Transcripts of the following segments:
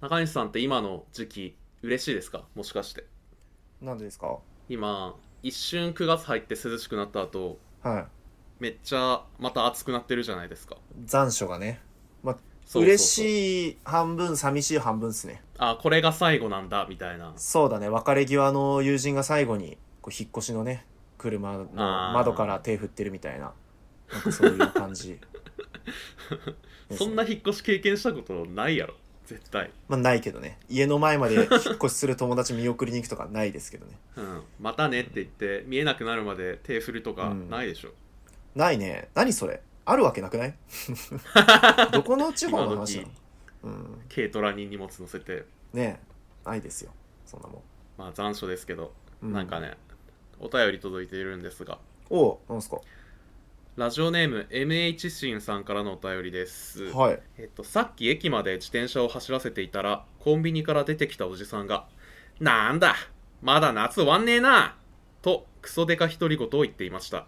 中西さんって今の時期嬉しいですかもしかしてなんでですか今一瞬9月入って涼しくなった後はいめっちゃまた暑くなってるじゃないですか残暑がねしい嬉しい半分寂しい半分ですねあこれが最後なんだみたいなそうだね別れ際の友人が最後にこう引っ越しのね車の窓から手振ってるみたいななんかそういう 感じですそんな引っ越し経験したことないやろ絶対まあないけどね家の前まで引っ越しする友達見送りに行くとかないですけどねうんまたねって言って見えなくなるまで手振るとかうんないでしょ、ないね何それあるわけな くないどこの地方の話なの今うん軽トラに荷物乗せてねえないですよそんなもんまあ残暑ですけど、うんなんかねお便り届いているんですがおうなんすかラジオネーム MH シンさんからのお便りです、はいえっと、さっき駅まで自転車を走らせていたらコンビニから出てきたおじさんが「なんだまだ夏終わんねえな!」とクソデカ独り言を言っていました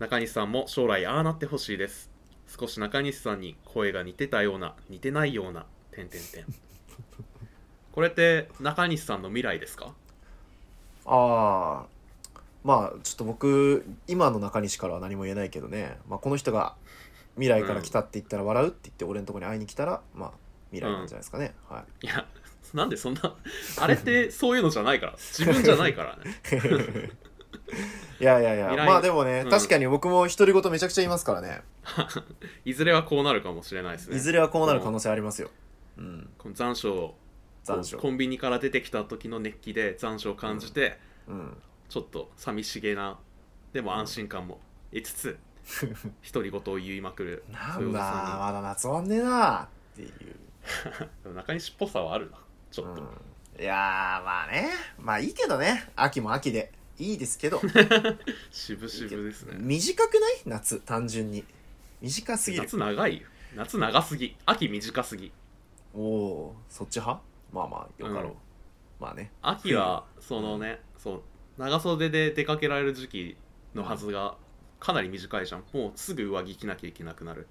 中西さんも将来ああなってほしいです少し中西さんに声が似てたような似てないような点点点これって中西さんの未来ですかああまあちょっと僕今の中西からは何も言えないけどね、まあ、この人が未来から来たって言ったら笑うって言って俺のところに会いに来たらまあ未来なんじゃないですかね、はいやなんでそんなあれってそういうのじゃないから自分じゃないからねい いやいやいや未来まあでもね、うん確かに僕も独り言めちゃくちゃ言いますからねいずれはこうなるかもしれないですねいずれはこうなる可能性ありますよ、うん、この残暑を残暑コンビニから出てきた時の熱気で残暑を感じて、うんちょっと寂しげなでも安心感も得つ つ独り言を言いまくるなそういんうおだじさんまだ夏終わんねえなっていう、にでも中西っぽさはあるなちょっと、うん、いやーまあねまあいいけどね秋も秋でいいですけど渋々ですね短くない夏単純に短すぎる夏長いよ夏長すぎ秋短すぎおおーそっち派まあまあよかろう、うんまあね秋はそのね、そう長袖で出かけられる時期のはずがかなり短いじゃんもうすぐ上着着なきゃいけなくなる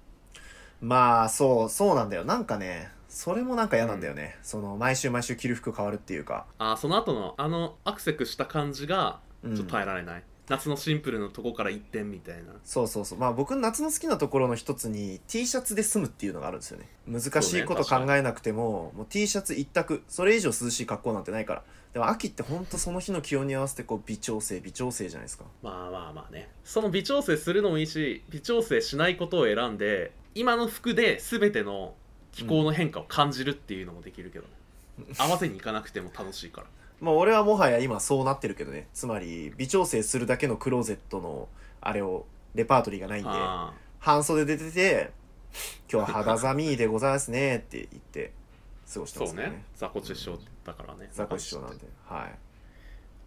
まあそうそうなんだよなんかねそれもなんか嫌なんだよね、その毎週毎週着る服変わるっていうか、あーその後のあのアクセクした感じがうんちょっと耐えられない、夏のシンプルのとこから一点みたいなそうそうそうまあ僕の夏の好きなところの一つに T シャツで済むっていうのがあるんですよね難しいことそうね確考えなくても,、もう T シャツ一択それ以上涼しい格好なんてないからでも秋ってほんとその日の気温に合わせてこう微調整微調整じゃないですかまあまあまあねその微調整するのもいいし微調整しないことを選んで今の服で全ての気候の変化を感じるっていうのもできるけどね、合わせに行かなくても楽しい からまあ俺はもはや今そうなってるけどねつまり微調整するだけのクローゼットのあれをレパートリーがないんであ半袖で出てて「今日は肌寒いでございますね」って言って過ごしーてまそうすからねね雑魚師匠だからね雑魚師匠なんではい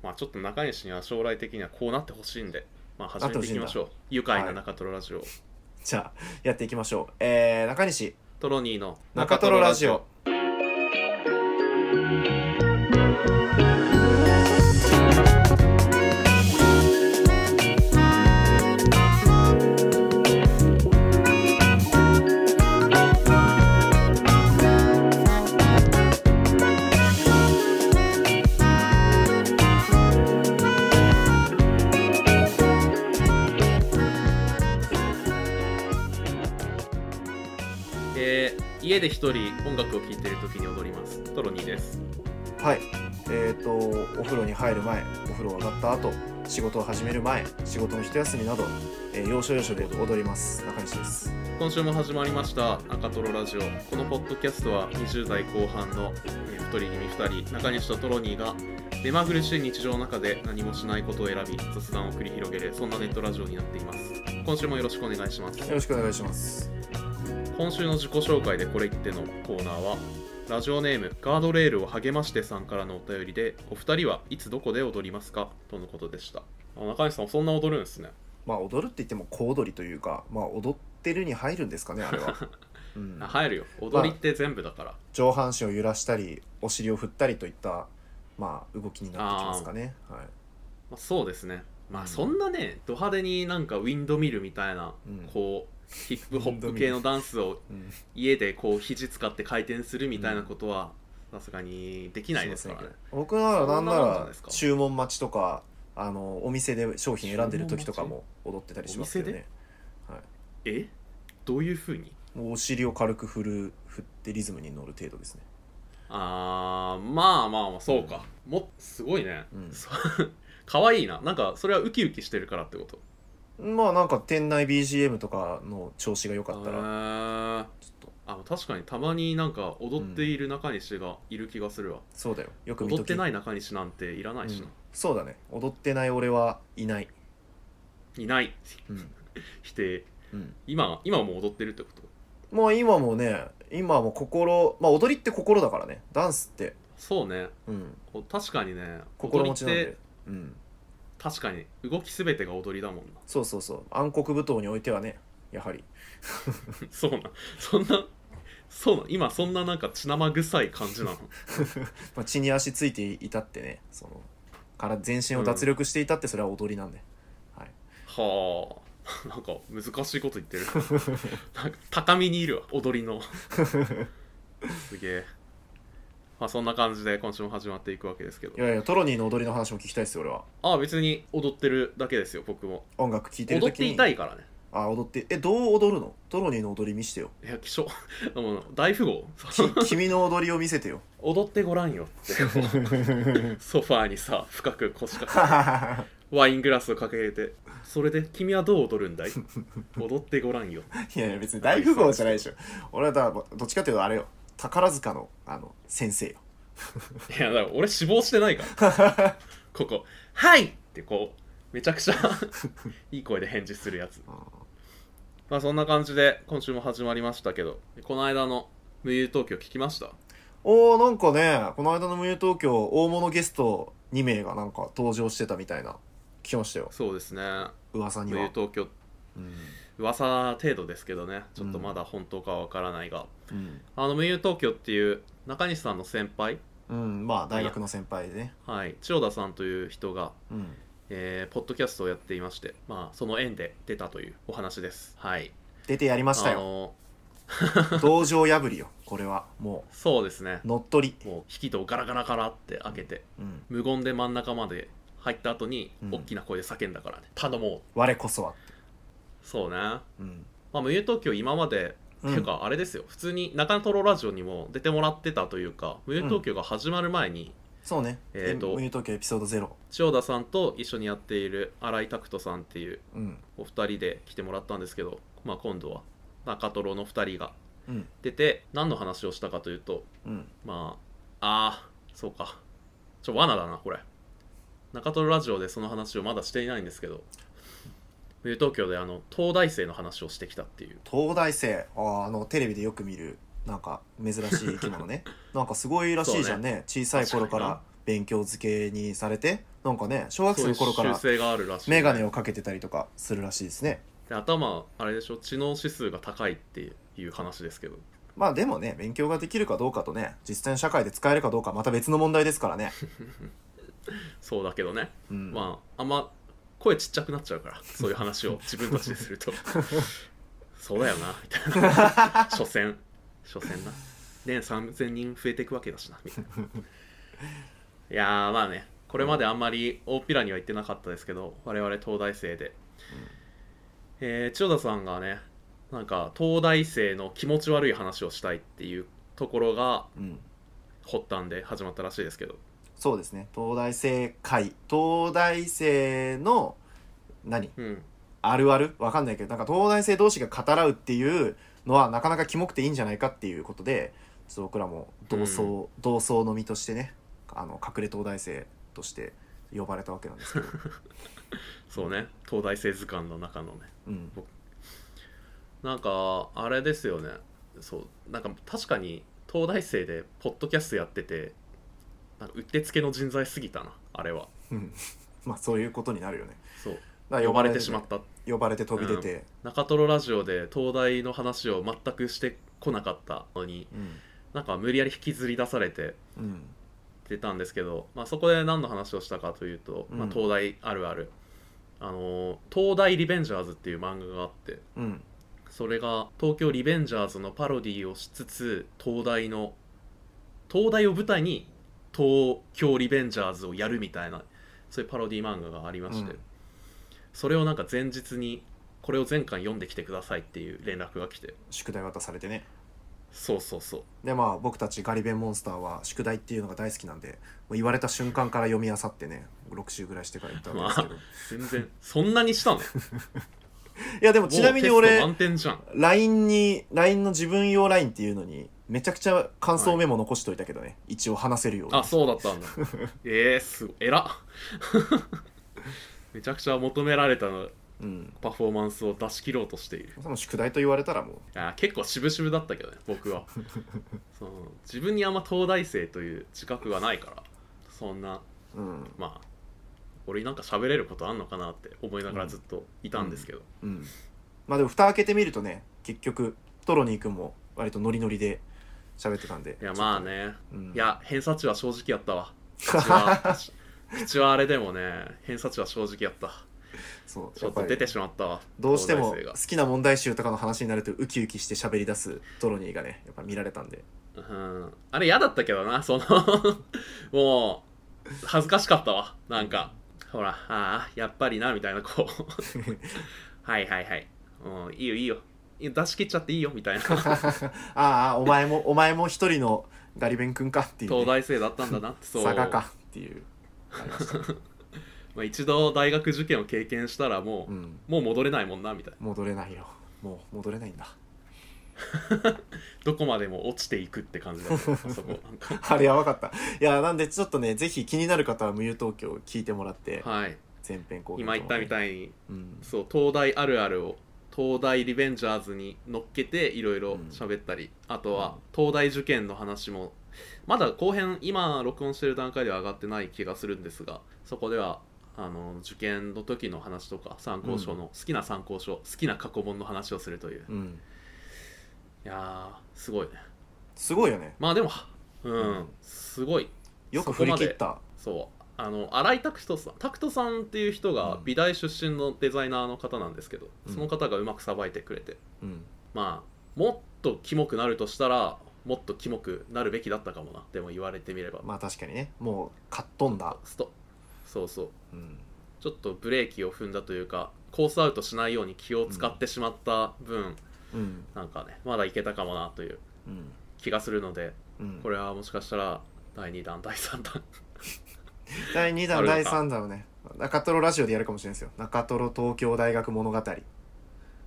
まあちょっと中西には将来的にはこうなってほしいんでまあ始なってめほてしいいきんだましょう愉快な中トロラジオ、じゃあやっていきましょうえー、中西トロニーの中トロラジオえー家で一人音楽を聴いている時に踊りますトロニーですはいえー、とお風呂に入る前お風呂上がった後仕事を始める前仕事の一休みなど、えー要所要所で踊ります中西です今週も始まりました中トロラジオこのポッドキャストは20代後半の、えー太り気味2人中西とトロニーが目まぐるしい日常の中で何もしないことを選び雑談を繰り広げるそんなネットラジオになっています今週もよろしくお願いしますよろしくお願いします今週の自己紹介でこれ言ってのコーナーはラジオネームガードレールを励ましてさんからのお便りでお二人はいつどこで踊りますかとのことでしたあ中西さんそんな踊るんですねまあ踊るって言っても小踊りというかまあ踊ってるに入るんですかねあれは、 うんあ、入るよ踊りって全部だから、上半身を揺らしたりお尻を振ったりといったまあ動きになってきますかねはいまあ、そうですねまうあんそんなね、ド派手になんかウィンドミルみたいな、うんこうヒップホップ系のダンスをうん家でこう肘使って回転するみたいなことはさすがにできないですからねそうですね僕ならなんなそんなもんじゃないらですか注文待ちとかあのお店で商品選んでる時とかも踊ってたりしますけどおねえどういうふうにもうお尻を軽く振る振ってリズムに乗る程度ですねあーまあまあまあそうか、もすごいね、うんそう かわいいななんかそれはウキウキしてるからってことまあなんか店内 BGM とかの調子が良かったららちょっとあ確かにたまになんか踊っている中西がいる気がするわ、そうだよよく見と、踊ってないい中西なんていらないしうな、んそうだね踊ってない俺はいないいないうん、否定うん、今今はもう踊ってるってことまあ今もね今はもう心まあ踊りって心だからねダンスってそうねうんお確かにね心持ちなん踊りってでうん確かに動き全てが踊りだもんなそうそうそう暗黒舞踏においてはねやはりそうなん そんなそうなん今そんななんか血生臭い感じなのまあ、血に足ついていたってねそのから全身を脱力していたってそれは踊りなんで、はい、はあ なんか難しいこと言ってるなんか高みにいるわ踊りのすげえまあそんな感じで今週も始まっていくわけですけどいやいやトロニーの踊りの話も聞きたいですよ俺はああ別に踊ってるだけですよ僕も音楽聴いてる踊っ時てにいたいからねあ踊ってえどう踊るのトロニーの踊り見してよいや気象 もう大富豪き君の踊りを見せてよ踊ってごらんよってこうソファーにさ深く腰掛けワイングラスを掲げてそれで君はどう踊るんだい踊ってごらんよいやいや別に大富豪じゃないでしょ俺はだからどっちかというとあれよ宝塚のあの先生よ いやだから俺死亡してないからここ「はい!」ってこうめちゃ くちゃいい声で返事するやつあまあそんな感じで今週も始まりましたけどこの間の「無友東京」聞きましたおーなんかねこの間の「無友東京」大物ゲスト2名がなんか登場してたみたいな聞きましたよそうですね「噂に無友は、東京」うん噂程度ですけどねちょっとまだ本当かはわからないが、うん、あの「無友東京」っていう中西さんの先輩うん、まあ大学の先輩でね。はい千代田さんという人がうん。えーポッドキャストをやっていまして、まあ、その縁で出たというお話です。はい。出てやりましたあよ。の道場破りよ。これは。もそうですねう、。乗っ取り。もう、引き戸をガラガラガラって開けて、うん。無言で真ん中まで入った後にう、ん大きな声で叫んだからね。頼もう。我こそは。そうね。まうん。あ、無友東京今まで、うんっていうか、あれですよ。普通に中野トロラジオにも出てもらってたというか、無友東京が始まる前に、そうね。えーと無友東京エピソード0。千代田さんと一緒にやっている新井拓人さんっていううん。お二人で来てもらったんですけど、まあ、今度は中トロの二人がうん。出て何の話をしたかというとうん。まああーそうかちょ罠だなこれ中トロラジオでその話をまだしていないんですけど冬東京であの東大生の話をしてきたっていう東大生。ああ、あの、テレビでよく見る、なんか、珍しい生き 物ね。なんかすごいらしいじゃんね。小さい頃確かかにらな勉強漬けにされて、なんかね、小学そう生いのう頃か習ら性があるらしい眼鏡をかけてたりとかするらしいですね。で頭あれでしょ知能指数が高いっていう話ですけどまあでもね、勉強ができるかどうかとね、実際の社会で使えるかどうかまた別の問題ですか らね。そうだけどね、うん。まああんま声ちっちゃくなっちゃうからそういう話 を自分たちでするとそうだよなみたい な所詮所詮な年3000人増えていくわけだしなみたい ないやーまあねこれまであんまり大っぴらには言ってなかったですけど我々東大生で、えー千代田さんがねなんか東大生の気持ち悪い話をしたいっていうところがうん。発端で始まったらしいですけどそうですね東大生会東大生の何うんあるあるわかんないけどなんか東大生同士が語らうっていうのはなかなかキモくていいんじゃないかっていうことでちょっと僕らも同窓、同窓の身としてねあの隠れ東大生として呼ばれたわけなんですけど、そうね東大生図鑑の中のねうん、なんかあれですよねそうなんか確かに東大生でポッドキャストやっててなんかうってつけの人材すぎたなあれはうん まあそういうことになるよねそうだから呼ばれてしまった呼ばれて飛び出て、中トロラジオで東大の話を全くしてこなかったのになんか無理やり引きずり出されてうんうん出たんですけど、まあ、そこで何の話をしたかというと、まあ、うん東大あるある、あのー東大リベンジャーズ」っていう漫画があってうんそれが東京リベンジャーズのパロディをしつつ東大の東大を舞台に東京リベンジャーズをやるみたいなそういうパロディ漫画がありまして、うんそれをなんか前日にこれを全巻読んできてくださいっていう連絡が来て宿題渡されてねそうそうそうでまあ僕たちガリベンモンスターは宿題っていうのが大好きなんでもう言われた瞬間から読み漁ってね6週ぐらいしてから行ったわけですけど、 全然そんなにしたのいやでも ちなみにもうテス俺ト満点じゃん LINE に LINE の自分用 LINE っていうのにめちゃくちゃ感想メモ残しといたけどね、一応話せるようにあそうだ ったんだええすごい偉っ めちゃくちゃ求められたうんパフォーマンスを出し切ろうとしているその宿題と言われたらもうあー結構渋々だったけどね僕 はその自分にあんま東大生という自覚がないからそんなうんまあ俺になんか喋れることあんのかなって思いながらずっといたんですけど、うんまあでも蓋開けてみるとね結局トロニー君も割とノリノリで喋ってたんでいやまあ、ね、ちょっとうんい や偏差値は正直やったわ口は口はあれでもね偏差値は正直やったそうちょっやとぱり出てしまったわどうして東も大生好がきな問題集とかの話になるとウキウキして喋り出すトロニーがねやっぱ見られたんで うん、あれ嫌だったけどなその もう恥ずかしかったわなんかほらああやっぱりなみたいなこう はいはいはい、うん、いいよいいよいや出し切っちゃっていいよみ たいなああお前もお前も一人のガリベン君かっていう、東ね、大生だったんだ なそう佐賀かっていうありました、まあ、一度大学受験を経験したらもう、うん、もう戻れないもんなみたいな戻れないよもう戻れないんだ どこまでも落ちていくって感じだったあそこなん かあれやばかったいやなんでちょっとねぜひ気になる方は「無友東京」聞いてもらってはい前編後編ともね今言ったみたいにうんそう東大あるあるを東大リベンジャーズに乗っけていろいろ喋ったり、あとは東大受験の話もまだ後編今録音してる段階では上がってない気がするんですがそこではあの受験の時の話とか参考書の、好きな参考書好きな過去問の話をするという、いうんやーすごいねすごいよねまあでもうん、うんすごいよく振り切ったそうあの新井拓人さん拓人さんっていう人が美大出身のデザイナーの方なんですけど、うんその方がうまくさばいてくれてうんまあもっとキモくなるとしたらもっとキモくなるべきだったかもなでも言われてみれば、まあ確かにねもう買っとんだ、ストそうそううん、ちょっとブレーキを踏んだというかコースアウトしないように気を使ってしまった分、うんなんかねまだいけたかもなといううん気がするのでうんこれはもしかしたら第2弾第3弾第2あ弾るの第か3弾をね中トロラジオでやるかもしれないですよ中トロ東京大学物語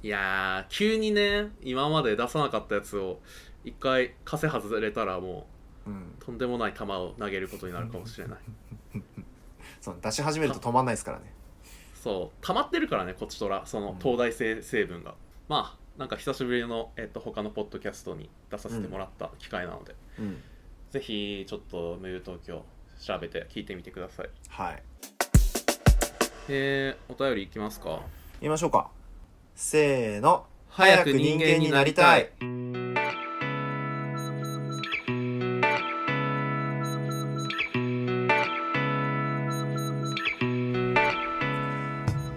いやー急にね今まで出さなかったやつを一回枷外れたらもうんうとんでもない球を投げることになるかもしれないその出し始めると止まんないですからねそう溜まってるからねこっちとらその東大生成分が、まあなんか久しぶりの、えっと、他のポッドキャストに出させてもらった機会なので、うんぜひちょっと「ムー東京」調べて聞いてみてくださいはいえー、お便りいきますか言いましょうかせーの早く人間になりたい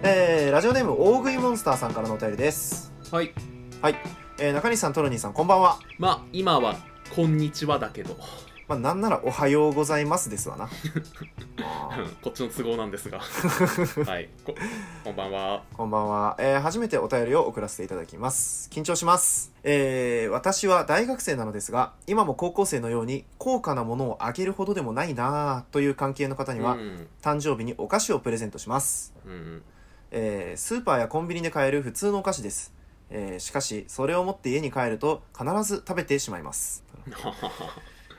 えー、ラジオネーム大食いモンスターさんからのお便りです、はいえー、中西さんトロニーさんこんばんは、まあ今は「こんにちは」だけど まあ、なんならおはようございますですわな あーこっちの都合なんです がはいここんばんはこんばんは、えー初めてお便りを送らせていただきます。緊張します。えー私は大学生なのですが、今も高校生のように高価なものをあげるほどでもないなぁという関係の方には、うん誕生日にお菓子をプレゼントします。うんえースーパーやコンビニで買える普通のお菓子です。えーしかし、それを持って家に帰ると必ず食べてしまいます。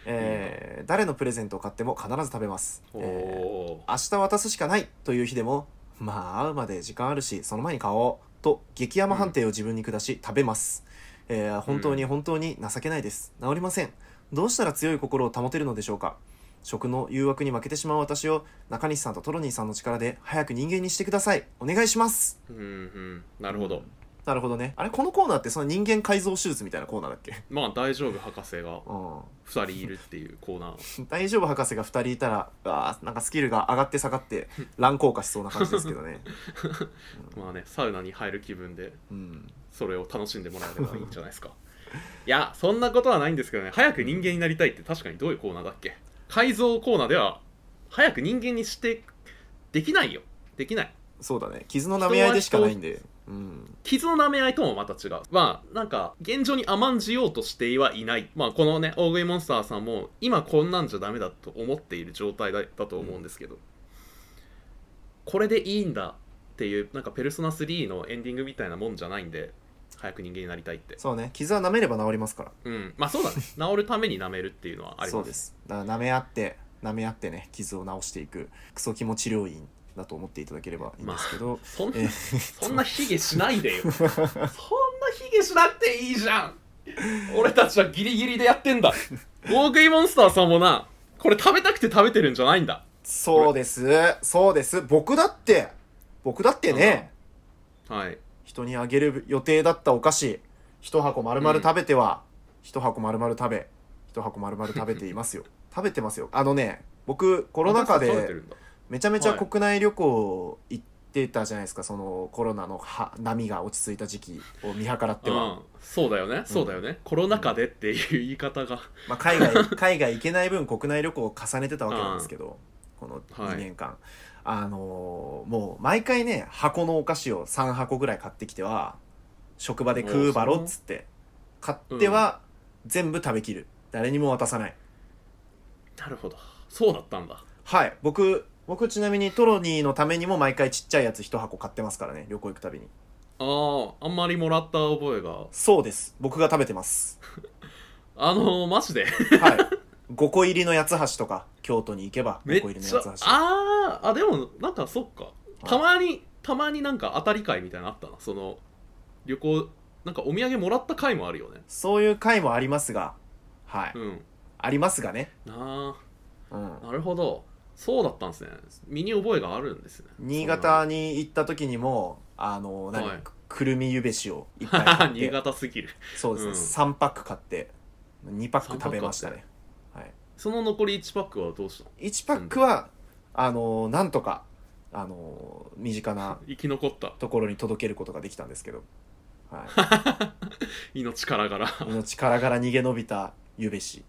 えー誰のプレゼントを買っても必ず食べます。おえー お明日渡すしかないという日でもまあ会うまで時間あるしその前に買おうと激甘判定を自分に下し食べます、えー本当に本当に情けないです治りませんどうしたら強い心を保てるのでしょうか食の誘惑に負けてしまう私を中西さんとトロニーさんの力で早く人間にしてくださいお願いしますーうんうんなるほどなるほどねあれこのコーナーってその人間改造手術みたいなコーナーだっけまあ大丈夫博士がうん2人いるっていうコーナー大丈夫博士が2人いたらうわーなんかスキルが上がって下がって乱高下しそうな感じですけど ね、まあねサウナに入る気分でうん、それを楽しんでもらえればいいんじゃないですか いやそんなことはないんですけどね早く人間になりたいって確かにどういうコーナーだっけ改造コーナーでは早く人間にしてできないよできないそうだね傷の舐め合いでしかないんで、うん、傷の舐め合いともまた違うまあなんか現状に甘んじようとしてはいないまあこのね大食いモンスターさんも今こんなんじゃダメだと思っている状態だだと思うんですけど、これでいいんだっていうなんか「ペルソナ3」のエンディングみたいなもんじゃないんで早く人間になりたいってそうね傷は舐めれば治りますからうんまあそうだね治るために舐めるっていうのはありそまうすですだから舐め合って舐め合ってね傷を治していくクソ肝治療院だと思っていただければいいんですけど、そんえなそんな卑下しないでよそんな卑下しなくていいじゃん俺たちはギリギリでやってんだ大食いモンスターさんもなこれ食べたくて食べてるんじゃないんだそうですそうです僕だって僕だってね、はい人にあげる予定だったお菓子一箱丸々食べては、一箱丸々食べ一箱丸々食べて いますよ食べてますよあのね僕ココロナ禍食べてでるんだめちゃめちゃはい国内旅行行ってたじゃないですか、そのコロナのは波が落ち着いた時期を見計らってうは、んそうだよねそうだよね、コロナ禍でっていう言い方がまあ、海外海外行けない分国内旅行を重ねてたわけなんですけど、この2年間、あのーもう毎回ね箱のお菓子を3箱ぐらい買ってきては職場で食うばろっつって買っては全部食べきる誰にも渡さないなるほどそうだったんだはい僕僕ちなみにトロニーのためにも毎回ちっちゃいやつ1箱買ってますからね旅行行くたびにあーあんまりもらった覚えがそうです僕が食べてますあのー、マジで はい5個入りの八つ橋とか京都に行けばめ5個っ入りちのゃ八つ橋あーあでもなんかそっかたまにたまになんか当たり会みたいなのあったなその旅行なんかお土産もらった会もあるよねそういう回もありますがはい、うんありますがねなうんあ、なるほどそうだったんですね身に覚えがあるんですね新潟に行った時にもあの何、はいくくるみゆべしをいっそぱんいな買っ 新て潟すぎるそうですね、うん3パック買って2パック食べましたね、はい、その残り1パックはどうしたの1パックはあのなんとかあの身近な生き残ったところに届けることができたんですけど、は 命からがらい、命からがら逃げ延びたゆべし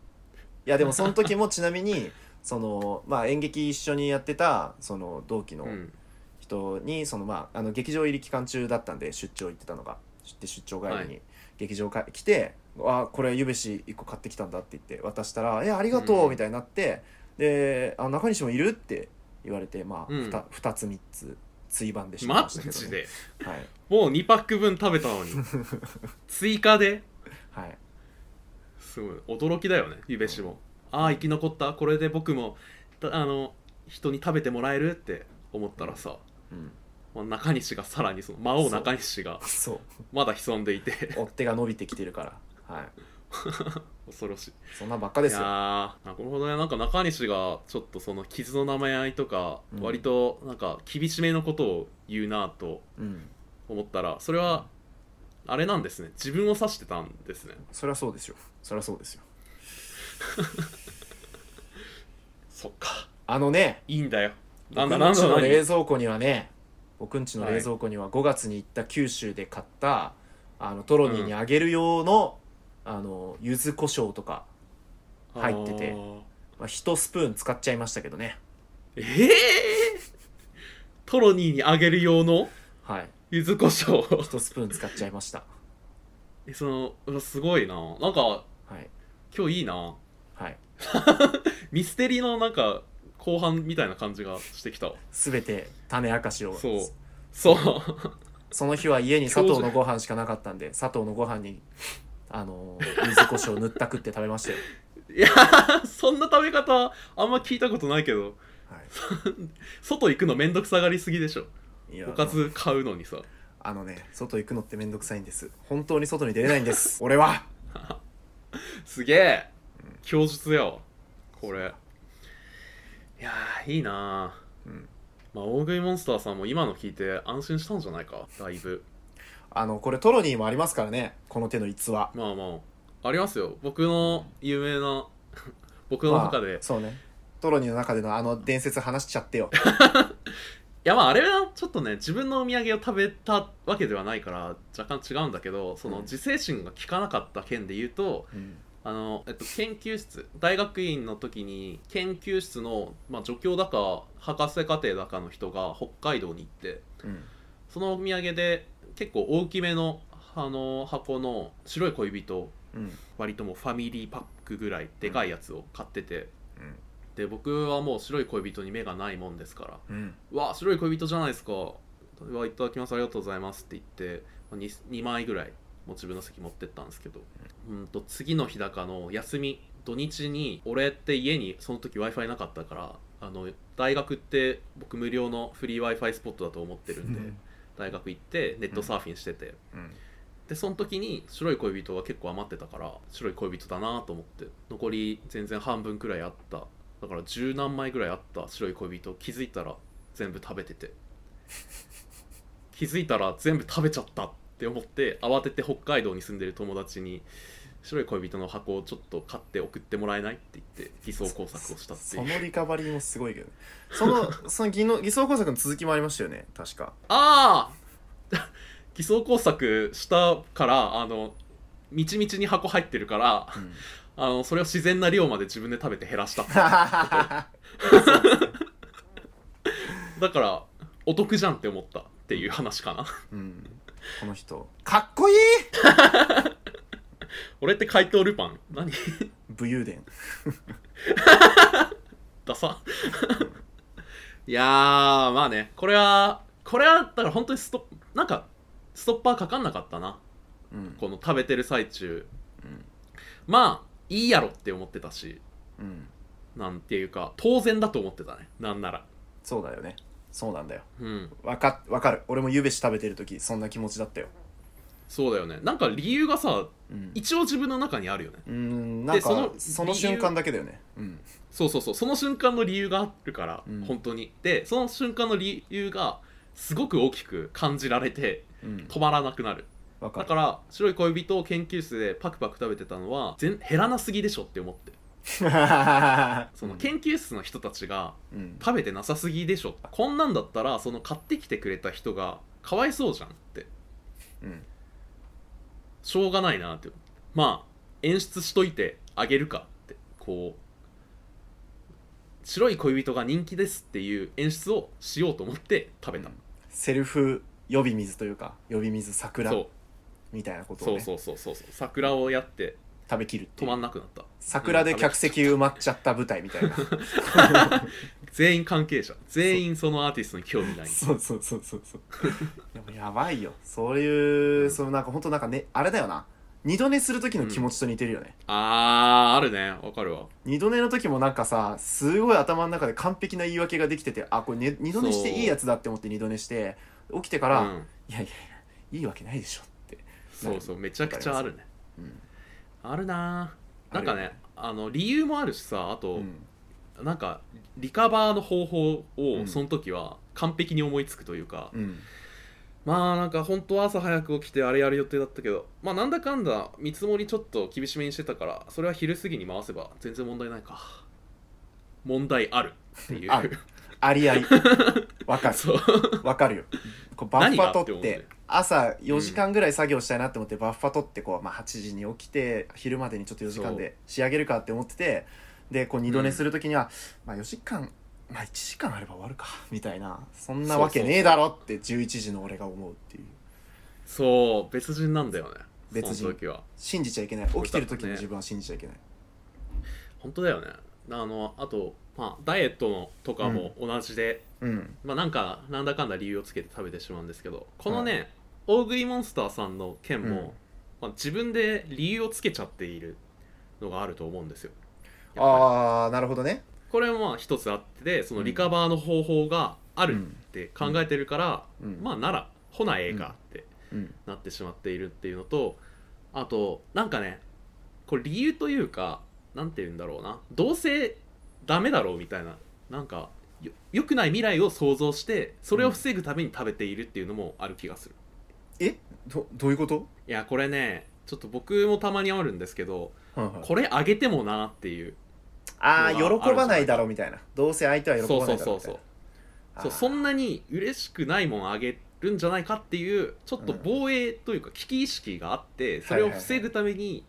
いやでもその時もちなみにその、まあ、演劇一緒にやってたその同期のうん人にそのまああの劇場入り期間中だったんで出張行ってたのがで出張帰はりにい劇場か来て「あこれゆべし1個買ってきたんだ」って言って渡したら「えありがとうう」んみたいになって「であ中西もいる?」って言われてまあうん 2,、二つ3つ追番でしてマましたけど、ジではいもう2パック分食べたの に追加ではいすごい驚きだよねゆべしも、ああ生き残ったこれで僕もたあの人に食べてもらえるって思ったらさ、うん、 まあ中西がさらにその魔王中西がそうまだ潜んでいて 追っ手が伸びてきてるからはい恐ろしいそんなばっかでいすやよーなるほどねなんか中西がちょっとその傷の名前合いとか、うん割となんか厳しめのことを言うなとうん思ったらそれはあれなんですね自分を指してたんですねそりゃそうですよそりゃそうですよそっかあのねいいんだよなん僕だんなんちだのなんだ冷蔵庫にはね僕んちの冷蔵庫には5月に行った九州で買った、あのトロニーにあげる用の,、あの柚子胡椒とか、入っててあーまあ、1スプーン使っちゃいましたけどねええトロニーにあげる用のはい柚子胡椒1スプーン使っちゃいました えそのうわすごいななんかはい今日いいなはいミステリーのなんか後半みたいな感じがしてきたわ全て種明かしをそうそう その日は家に佐藤のご飯しかなかったんで佐藤のご飯にあの柚子胡椒塗ったくって食べましたよ、いやそんな食べ方あんま聞いたことないけど は外行くのめんどくさがりすぎでしょい、いやおかず買うのにさあのね外行くのってめんどくさいんです本当に外に出れないんです俺はすげえ供述やわこれいやーいいなーうんまあ大食いモンスターさんも今の聞いて安心したんじゃないかだいぶあのこれトロニーもありますからねこの手の逸話まあまあありますよ僕の有名な 僕の中まであ、そうねトロニーの中でのあの伝説話しちゃってよいやまああれはちょっとね自分のお土産を食べたわけではないから若干違うんだけどそのうん自制心が効かなかった件で言うと、うんあのえっと、研究室大学院の時に研究室の、まあ、助教だか博士課程だかの人が北海道に行ってうんそのお土産で結構大きめのあの箱の白い恋人うん割ともうファミリーパックぐらいでかいやつを買ってて、うんで僕はもう白い恋人に目がないもんですからうん「うわ白い恋人じゃないですか」うわ「いただきますありがとうございます」って言ってまあ 2, 2枚ぐらいもう自分の席持ってったんですけど、うん、と次の日だかの休み土日に俺って家にその時 w i f i なかったからあの大学って僕無料のフリー w i f i スポットだと思ってるんで、大学行ってネットサーフィンしてて、うんでその時に白い恋人が結構余ってたから白い恋人だなと思って残り全然半分くらいあっただから十何枚ぐらいあった白い恋人気づいたら全部食べてて気づいたら全部食べちゃったって思って慌てて北海道に住んでる友達に白い恋人の箱をちょっと買って送ってもらえないって言って偽装工作をしたってそいうのリカバリーもすごいけど そのその偽の偽装工作の続きもありましたよね確かああ 偽装工作したからあのみちみちに箱入ってるからうんあのそれを自然な量まで自分で食べて減らしただからお得じゃんって思ったっていう話かな うんこの人かっこいい俺って怪盗ルパン何 武勇伝ダサ いやーまあねこれはこれはだから本当にストッなんかストッパーかかんなかったなうんこの食べてる最中うんまあいいやろって思ってたしうんなんていうか当然だと思ってたねなんならそうだよねそうなんだようんわかわかる俺もゆうべし食べてる時そんな気持ちだったよそうだよねなんか理由がさうん一応自分の中にあるよねうんなんかでそそのの理由瞬間だけだよねうんそうそうそうその瞬間の理由があるから、うん本当にでその瞬間の理由がすごく大きく感じられてうん止まらなくなるわかだるから白い恋人を研究室でパクパク食べてたのは全減らなすぎでしょって思って その研究室の人たちがうん食べてなさすぎでしょこんなんだったらその買ってきてくれた人がかわいそうじゃんってうんしょうがないなってまあ演出しといてあげるかってこう白い恋人が人気ですっていう演出をしようと思って食べた、セルフ呼び水というか呼び水桜そうみたいなことをそうねそうそうそうそう桜をやって食べきるって止いうまんなくなった桜で客席埋まっちゃった舞台みたい な全員関係者全員そのアーティストに興味ないそうそうそうそうそうでもやばいよそういう、そのなんか本当なんかねあれだよな二度寝する時の気持ちと似てるよね、あーあるねわかるわ二度寝の時もなんかさすごい頭の中で完璧な言い訳ができててあこれ、ね、二度寝していいやつだって思って二度寝して起きてから、うん、いやいやいやいいわけないでしょって、そうそうめちゃくちゃあるねうんあるなーなんかねあの理由もあるしさあと、うんなんかリカバーの方法うをんその時は完璧に思いつくというか、うんまあなんか本当は朝早く起きてあれやる予定だったけどまあなんだかんだ見積もりちょっと厳しめにしてたからそれは昼過ぎに回せば全然問題ないか問題あるっていうあるありありわかる そうわかるよこうバッフ何ァがって取思っうてね朝4時間ぐらい作業したいなって思って、バッファ取ってこう、まあ、8時に起きて昼までにちょっと4時間で仕上げるかって思っててでこう二度寝する時には、まあ、4時間、まあ、1時間あれば終わるかみたいなそんなわけねえだろって11時の俺が思うっていうそう別人なんだよね別人その時は信じちゃいけない起きてる時にね自分は信じちゃいけない、本当だよねあのあと、まあ、ダイエットのとかも同じで、うんまあなんかなんだかんだ理由をつけて食べてしまうんですけどこのね、大食いモンスターさんの件も、うんまあ、自分で理由をつけちゃっているのがあると思うんですよやっぱりああなるほどねこれもまあ一つあってそのリカバーの方法があるって考えてるから、うんうんまあならほなええかってうんなってしまっているっていうのとあとなんかねこれ理由というかなんて言うんだろうなどうせダメだろうみたいななんかよ良くない未来を想像してそれを防ぐために食べているっていうのもある気がする、えどどういうこと、いやこれねちょっと僕もたまにあるんですけどここれあげてもなっていうああのは喜ばないだろうみたいなどうせ相手は喜そうばなそいうだそろううみたそういなそうそんなに嬉しくないもんあげるんじゃないかっていうちょっと防衛というか危機意識があってそれを防ぐために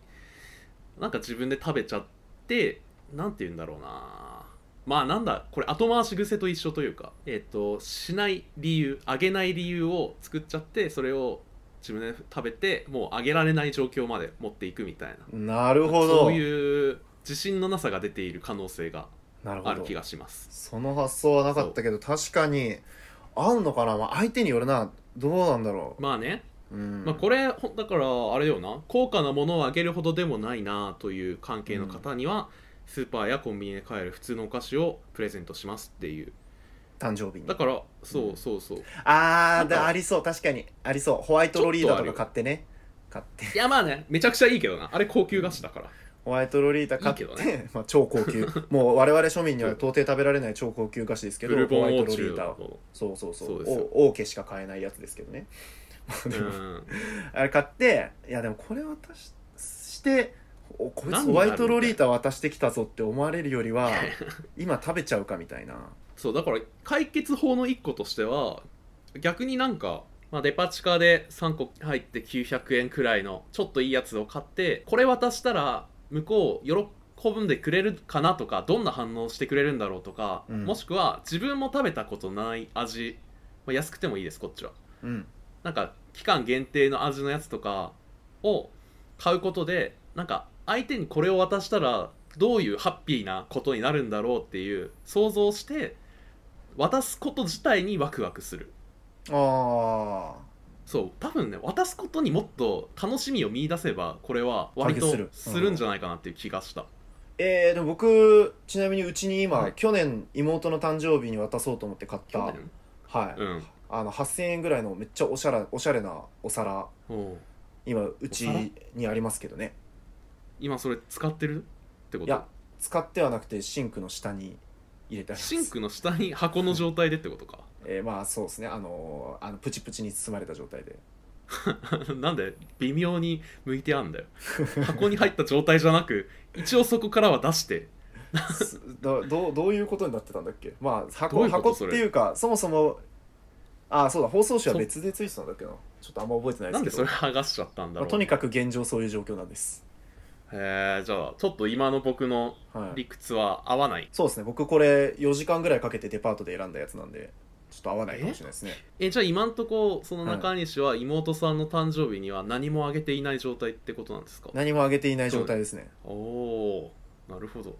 なんか自分で食べちゃってなんて言うんだろうなまあなんだこれ後回し癖と一緒というかえっ、としない理由あげない理由を作っちゃってそれを自分で食べてもうあげられない状況まで持っていくみたいななるほどそういう自信のなさが出ている可能性がなるほあるど気がしますその発想はなかったけど確かにあんのかな、まあ、相手によるなどうなんだろまあねう、うんまあ、これほんだからあれよな高価なものをあげるほどでもないなという関係の方には、スーパーやコンビニで買える普通のお菓子をプレゼントしますっていう誕生日にだからそううんそうそう、いなあーんかだありそう確かにありそうホワイトロリーちょっとダあとるかよ買ってね買ってやまあねめちゃくちゃいいけどなあれ高級菓子だから、ホワイトロリーダ買っていいけど まあ、超高 級もう我々庶民には到底食べられない超高級菓子ですけどブルボホワインオートロチリューダーをのそうそうそうそうですよお王家しか買えないやつですけどねでもうんあれ買っていやでもこれ渡ししておこい何つになホワるイトロリータ渡してきたぞって思われるよ りは今食べちゃうかみたいなそうだから解決法の一個としては逆になんか、まあ、デパ地下で3個入って900円くらいのちょっといいやつを買ってこれ渡したら向こう喜んでくれるかなとかどんな反応してくれるんだろうとか、うんもしくは自分も食べたことない味、まあ、安くてもいいですこっちはうんなんか期間限定の味のやつとかを買うことでなんか相手にこれを渡したらどういうハッピーなことになるんだろうっていう想像して渡すこと自体にワクワクするあそう多分ね渡すことにもっと楽しみを見出せばこれは割と解決するするんじゃないかなっていう気がした、ーえー、でも僕ちなみにうちに今、はい去年妹の誕生日に渡そうと思って買った去はい、年うんあの8000円ぐらいのめっちゃおしゃれおしゃれなお皿おう今うちお皿にありますけどね今それ使ってるってこいやと使ってはなくてシンクの下に入れてありますシンクの下に箱の状態でってことかえーまあそうですねあのーあのプチプチに包まれた状態で なんで微妙に向いてあんだよ箱に入った状態じゃなく一応そこからは出してすど どうどういうことになってたんだっけまあ箱どういうこと箱ってそれいうかそもそもあそうだ放送紙は別でついてたんだっけどちょっとあんま覚えてないなですんけでどそれ剥がしちゃったんだまあろう、とにかく現状そういう状況なんです、へえじゃあちょっと今の僕のはい、理屈は合わないそうですね僕これ4時間ぐらいかけてデパートで選んだやつなんでちょっと合わないかもしれないですねえじゃあ今んとこその中西は妹さんの誕生日には何もあげていない状態ってことなんですか、何もあげていない状態ですねおおーなるほど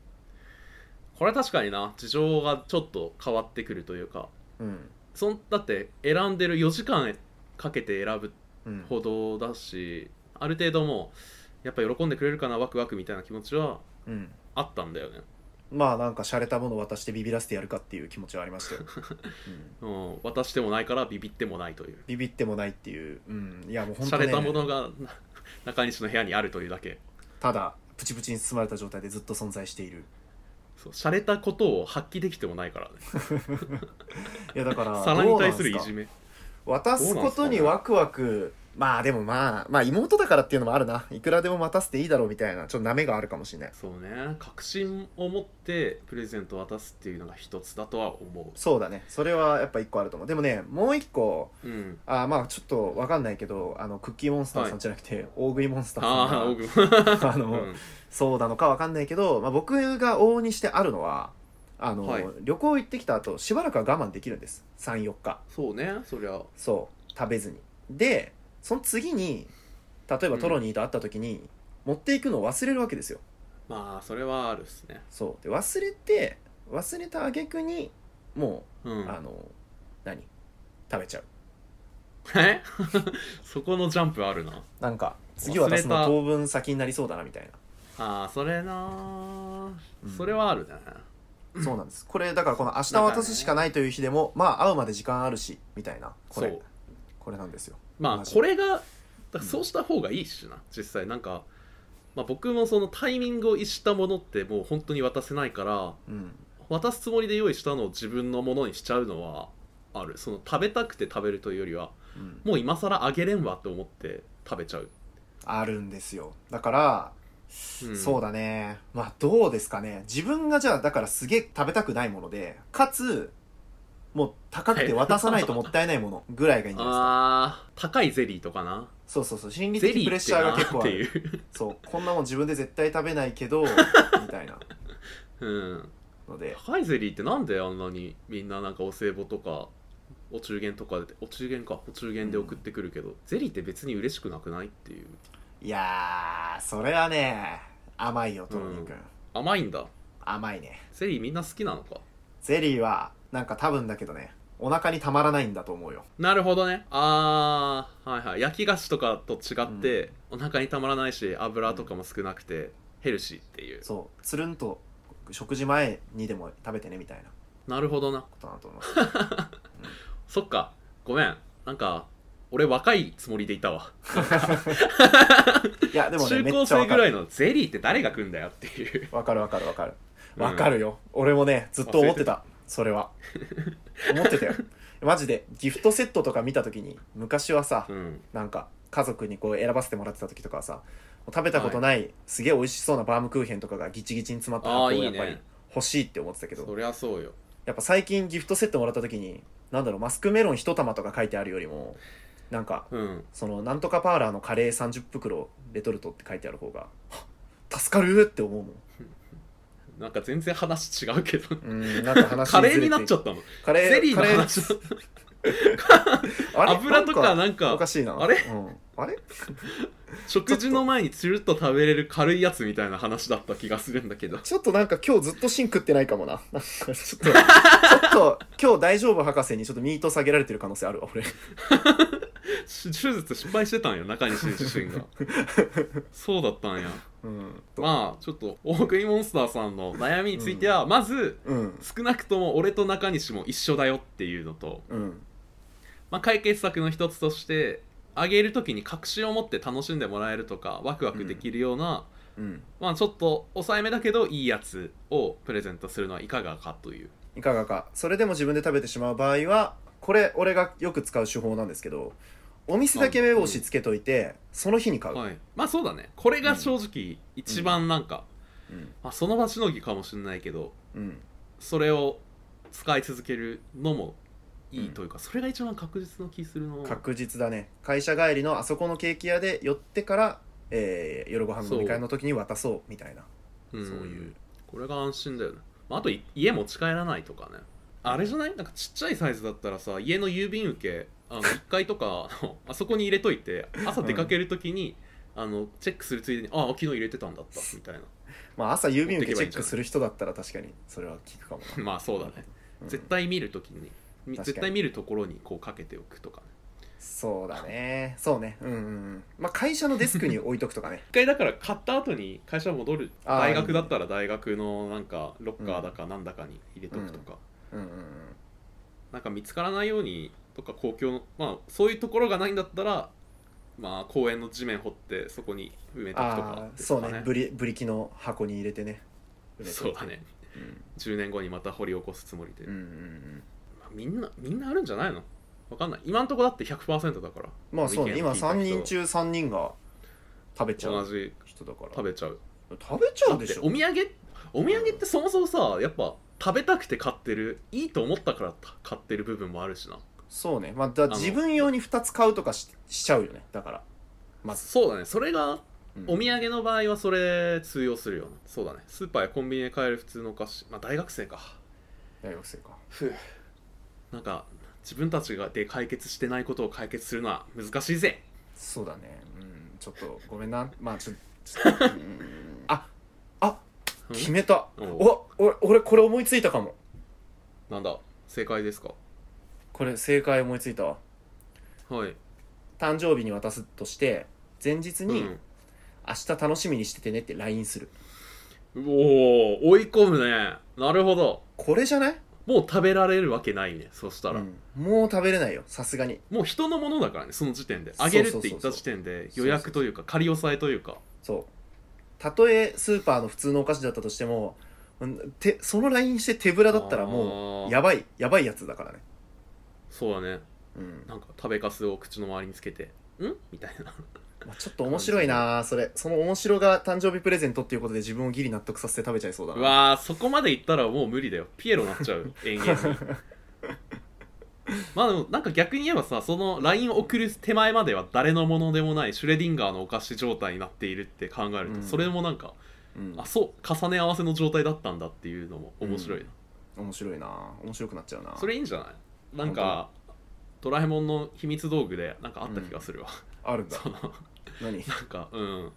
これ確かにな事情がちょっと変わってくるというかうん、そんだって選んでる4時間かけて選ぶうん、ほどだしある程度もうやっぱ喜んでくれるかなワクワクみたいな気持ちはうんあったんだよね、まあなんか洒落たもの渡してビビらせてやるかっていう気持ちはありまし たよ、ううん、ん、渡してもないからビビってもないというビビってもないっていう、うん、いやもう本洒当ね落たものが な中西の部屋にあるというだけただプチプチに包まれた状態でずっと存在しているそう洒落たことを発揮できてもないからねいやだか ら皿に対するいどうなんじすかめ渡すことにワクワクまあでもまあまあ妹だからっていうのもあるないくらでも待たせていいだろうみたいなちょっとなめがあるかもしれないそうね確信を持ってプレゼントを渡すっていうのが一つだとは思そうだねそれはやっぱ一個あると思うでもねもう一個ううんあーまあちょっとわかんないけどあのクッキーモンスターさんじゃなくて、大食いモンスターさああん僕もが あの、うんそうなのかわかんないけど、まあ、僕が往々にしてあるのはあの、はい旅行行ってきた後しばらくは我慢できるんです34日そうねそりゃそう食べずにでその次に例えばトロニーと会った時に、持っていくのを忘れるわけですよまあそれはあるっすねそうで忘れて忘れた挙句にもうう、んあの何食べちゃうえ そこのジャンプあるななんか次渡す忘れのた当分先になりそうだなみたいなああそれな、うんそれはあるねそうなんですこれだからこの明日渡すしかないという日でも、まあ会うまで時間あるしみたいなこそれうこれなんですよまマあジこれがだからそうした方がいいしな実際なんか、まあ、僕もそのタイミングを逸したものってもう本当に渡せないからうん渡すつもりで用意したのを自分のものにしちゃうのはあるその食べたくて食べるというよりはうんもう今更あげれんわって思って食べちゃう、あるんですよだから、うんそうだねまあどうですかね自分がじゃあだからすげえ食べたくないものでかつもう高くて渡さないともったいないものぐらいがいいんじゃないで あーすか高いゼリーとかなそうそうそう心理ゼ的リプレーッっシてャーなが結構っあているうそうこんなもん自分で絶対食べないけ どみたいなうんので高いゼリーってなんであんなにみんななんかお歳暮とかお中元とかでお中元かお中元で送ってくるけど、ゼリーって別に嬉しくなくないっていういやーそれはね甘いよトロミン君、う甘いんだ甘いねゼリーみんな好きなのかゼリーはなんか多分だけどねお腹にたまらないんだと思うよなるほどねあーはいはい焼き菓子とかと違って、お腹にたまらないし油とかも少なくてヘルシーっていうそうつるんと食事前にでも食べてねみたいななるほどなことだと思うそっかごめんなんか俺若いつもりでいたわ、いやでもね 中め高っち生ゃわぐからいるのゼリーって誰が食うんだよっていうわかるわかるわかるうんわかるよ、俺もねずっと思ってた忘それは思ってたよマジでギフトセットとか見た時に昔はさうんなんか家族にこう選ばせてもらってた時とかはさ食べたことない、すげえ美味しそうなバームクーヘンとかがギチギチに詰まったああ箱いをやいっぱりね欲しいって思ってたけどそりゃそうよやっぱ最近ギフトセットもらった時になんだろうマスクメロン一玉とか書いてあるよりもなんかうんそのなんとかパーラーのカレー30袋レトルトって書いてある方がはっ助かるって思うもんなんか全然話違うけどうんなんか話カレーになっちゃっったのカレーゼリーのカレー話あれ油とかなんなんかおかかしいなあれうんあれ食事の前につるっと食べれる軽いやつみたいな話だった気がするんだけど ちょっとなんか今日ずっと芯食ってないかもななんかちょっとちょっと 今日大丈夫博士にちょっとミート下げられてる可能性あるわ俺手術失敗してたんよ中西自身 がそうだったんやうんまあちょっと大食いモンスターさんの悩みについては、まずうん少なくとも俺と中西も一緒だよっていうのと、うんまあ、解決策の一つとしてあげる時に確信を持って楽しんでもらえるとかワクワクできるような、うんまあちょっと抑えめだけどいいやつをプレゼントするのはいかがかといういかがかそれでも自分で食べてしまう場合はこれ俺がよく使う手法なんですけどお店だけ目星つけといてその日に買う、はい、まあそうだねこれが正直一番なんか、うんまあ、その場しのぎかもしれないけどうんそれを使い続けるのもいいというか、それが一番確実な気するの確実だね会社帰りのあそこのケーキ屋で寄ってから、えー夜ご飯の飲み会の時に渡そうみたいなうんそういうこれが安心だよね、まあ、あとい家持ち帰らないとかねあれじゃないなんかちっちゃいサイズだったらさ家の郵便受けあの1階とか あのあそこに入れといて朝出かける時に、あのチェックするついでにああ昨日入れてたんだったみたいなまあ朝郵便持受けチってけばいいんじゃェッなクいする人だったら確かにそれは聞くかも な、まあそうだね、うん絶対見る時にみ確かに絶対見るところにこうかけておくとかねそうだねそうねうんうんうんまあ会社のデスクに置いとくとかね 一回だから買った後に会社戻るあー大学だったら大学のなんかロッカーだかなんだかに入れとくとか、うんうんなんか見つからないようにとか公共のまあそういうところがないんだったらまあ公園の地面掘ってそこに埋めうとくんとあかあーですそかうねブリブリキの箱に入れてねそうだねうん10年後にまた掘り起こすつもりで、うんうんうんまあみんなみんなあるんじゃないのわかんない今んとこだって100%だからまあそうね意見今を聞いた3人人中3人が食べちゃ同うじ人だから食べちゃう食べちゃだうっでてしょお土産お土産ってそもそもさやっぱ食べたくて買ってるいいと思ったから買ってる部分もあるしな、そうねまあだの自分用に2つ買うとかししちゃうよねだからまずそうだねそれがうんお土産の場合はそれ通用するよなそうだねスーパーやコンビニで買える普通のお菓子まあ大学生か大学生かなんか自分たちがで解決してないことを解決するのは難しいぜそうだねうんちょっとごめんなまあちょ ちょっとうんああうん決めたうんおお俺これ思いついたかもなんだ正解ですかこれ正解思いついたわはい、誕生日に渡すとして前日うにん「明日楽しみにしててね」って LINE するおお追い込むねなるほどこれじゃない、もう食べられるわけないねそしたうら、ん、もう食べれないよさすがにもう人のものだからねその時点でそうあそげうそうるそうって言った時点で予約というか仮押さえというかそうたとえスーパーの普通のお菓子だったとしてもうんてその LINE して手ぶらだったらもあうーやばいやばいやつだからねそうだねうんなんか食べかすを口の周りにつけて「ん?」みたい なまあ、ちょっと面白いなそれその面白が誕生日プレゼントっていうことで自分をギリ納得させて食べちゃいそうだうなわーそこまでいったらもう無理だよピエロになっちゃう延々 にまあでもなんか逆に言えばさその LINE を送る手前までは誰のものでもないシュレディンガーのお菓子状態になっているって考えると、うんそれもなんかうんあそう重ね合わせの状態だったんだっていうのも面白いな、面白いな面白くなっちゃうなそれいいんじゃないなんかドラえもんの秘密道具でなんかあった気がするわ、あるんだその 何なんかうん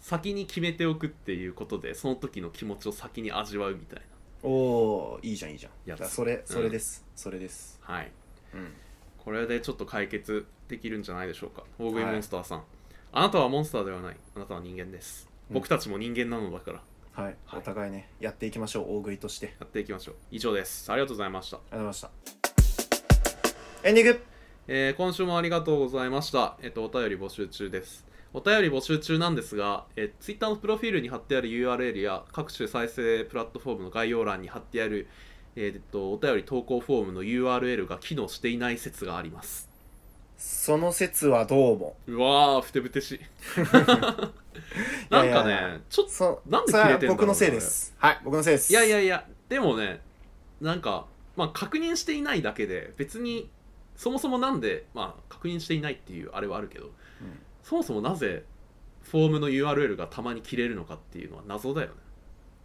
先に決めておくっていうことでその時の気持ちを先に味わうみたいおおいいじゃんいいじゃんやつだからそれそれです、それですなはいうんこれでちょっと解決できるんじゃないでしょうか大食いモンスターさん、あなたはモンスターではないあなたは人間ですうん僕たちも人間なのだから、はい、お互いねやっていきましょう大食いとしてやっていきましょう以上ですありがとうございましたありがとうございましたエンディングえー今週もありがとうございました。えっと、お便り募集中です。お便り募集中なんですが、えー、Twitter のプロフィールに貼ってある URL や各種再生プラットフォームの概要欄に貼ってある、えーっとお便り投稿フォームの URL が機能していない説があります。その説はどうもうわー、ふてぶて しい。なんかいやいやね、ちょっと、そなんでそれ切はれてんだろうな僕のせいですはい僕のせいですいやいやいや、でもね、なんか、まあ、確認していないだけで、別に、そもそもなんで、まあ、確認していないっていうあれはあるけど、うんそもそもなぜフォームの URL がたまに切れるのかっていうのは謎だよね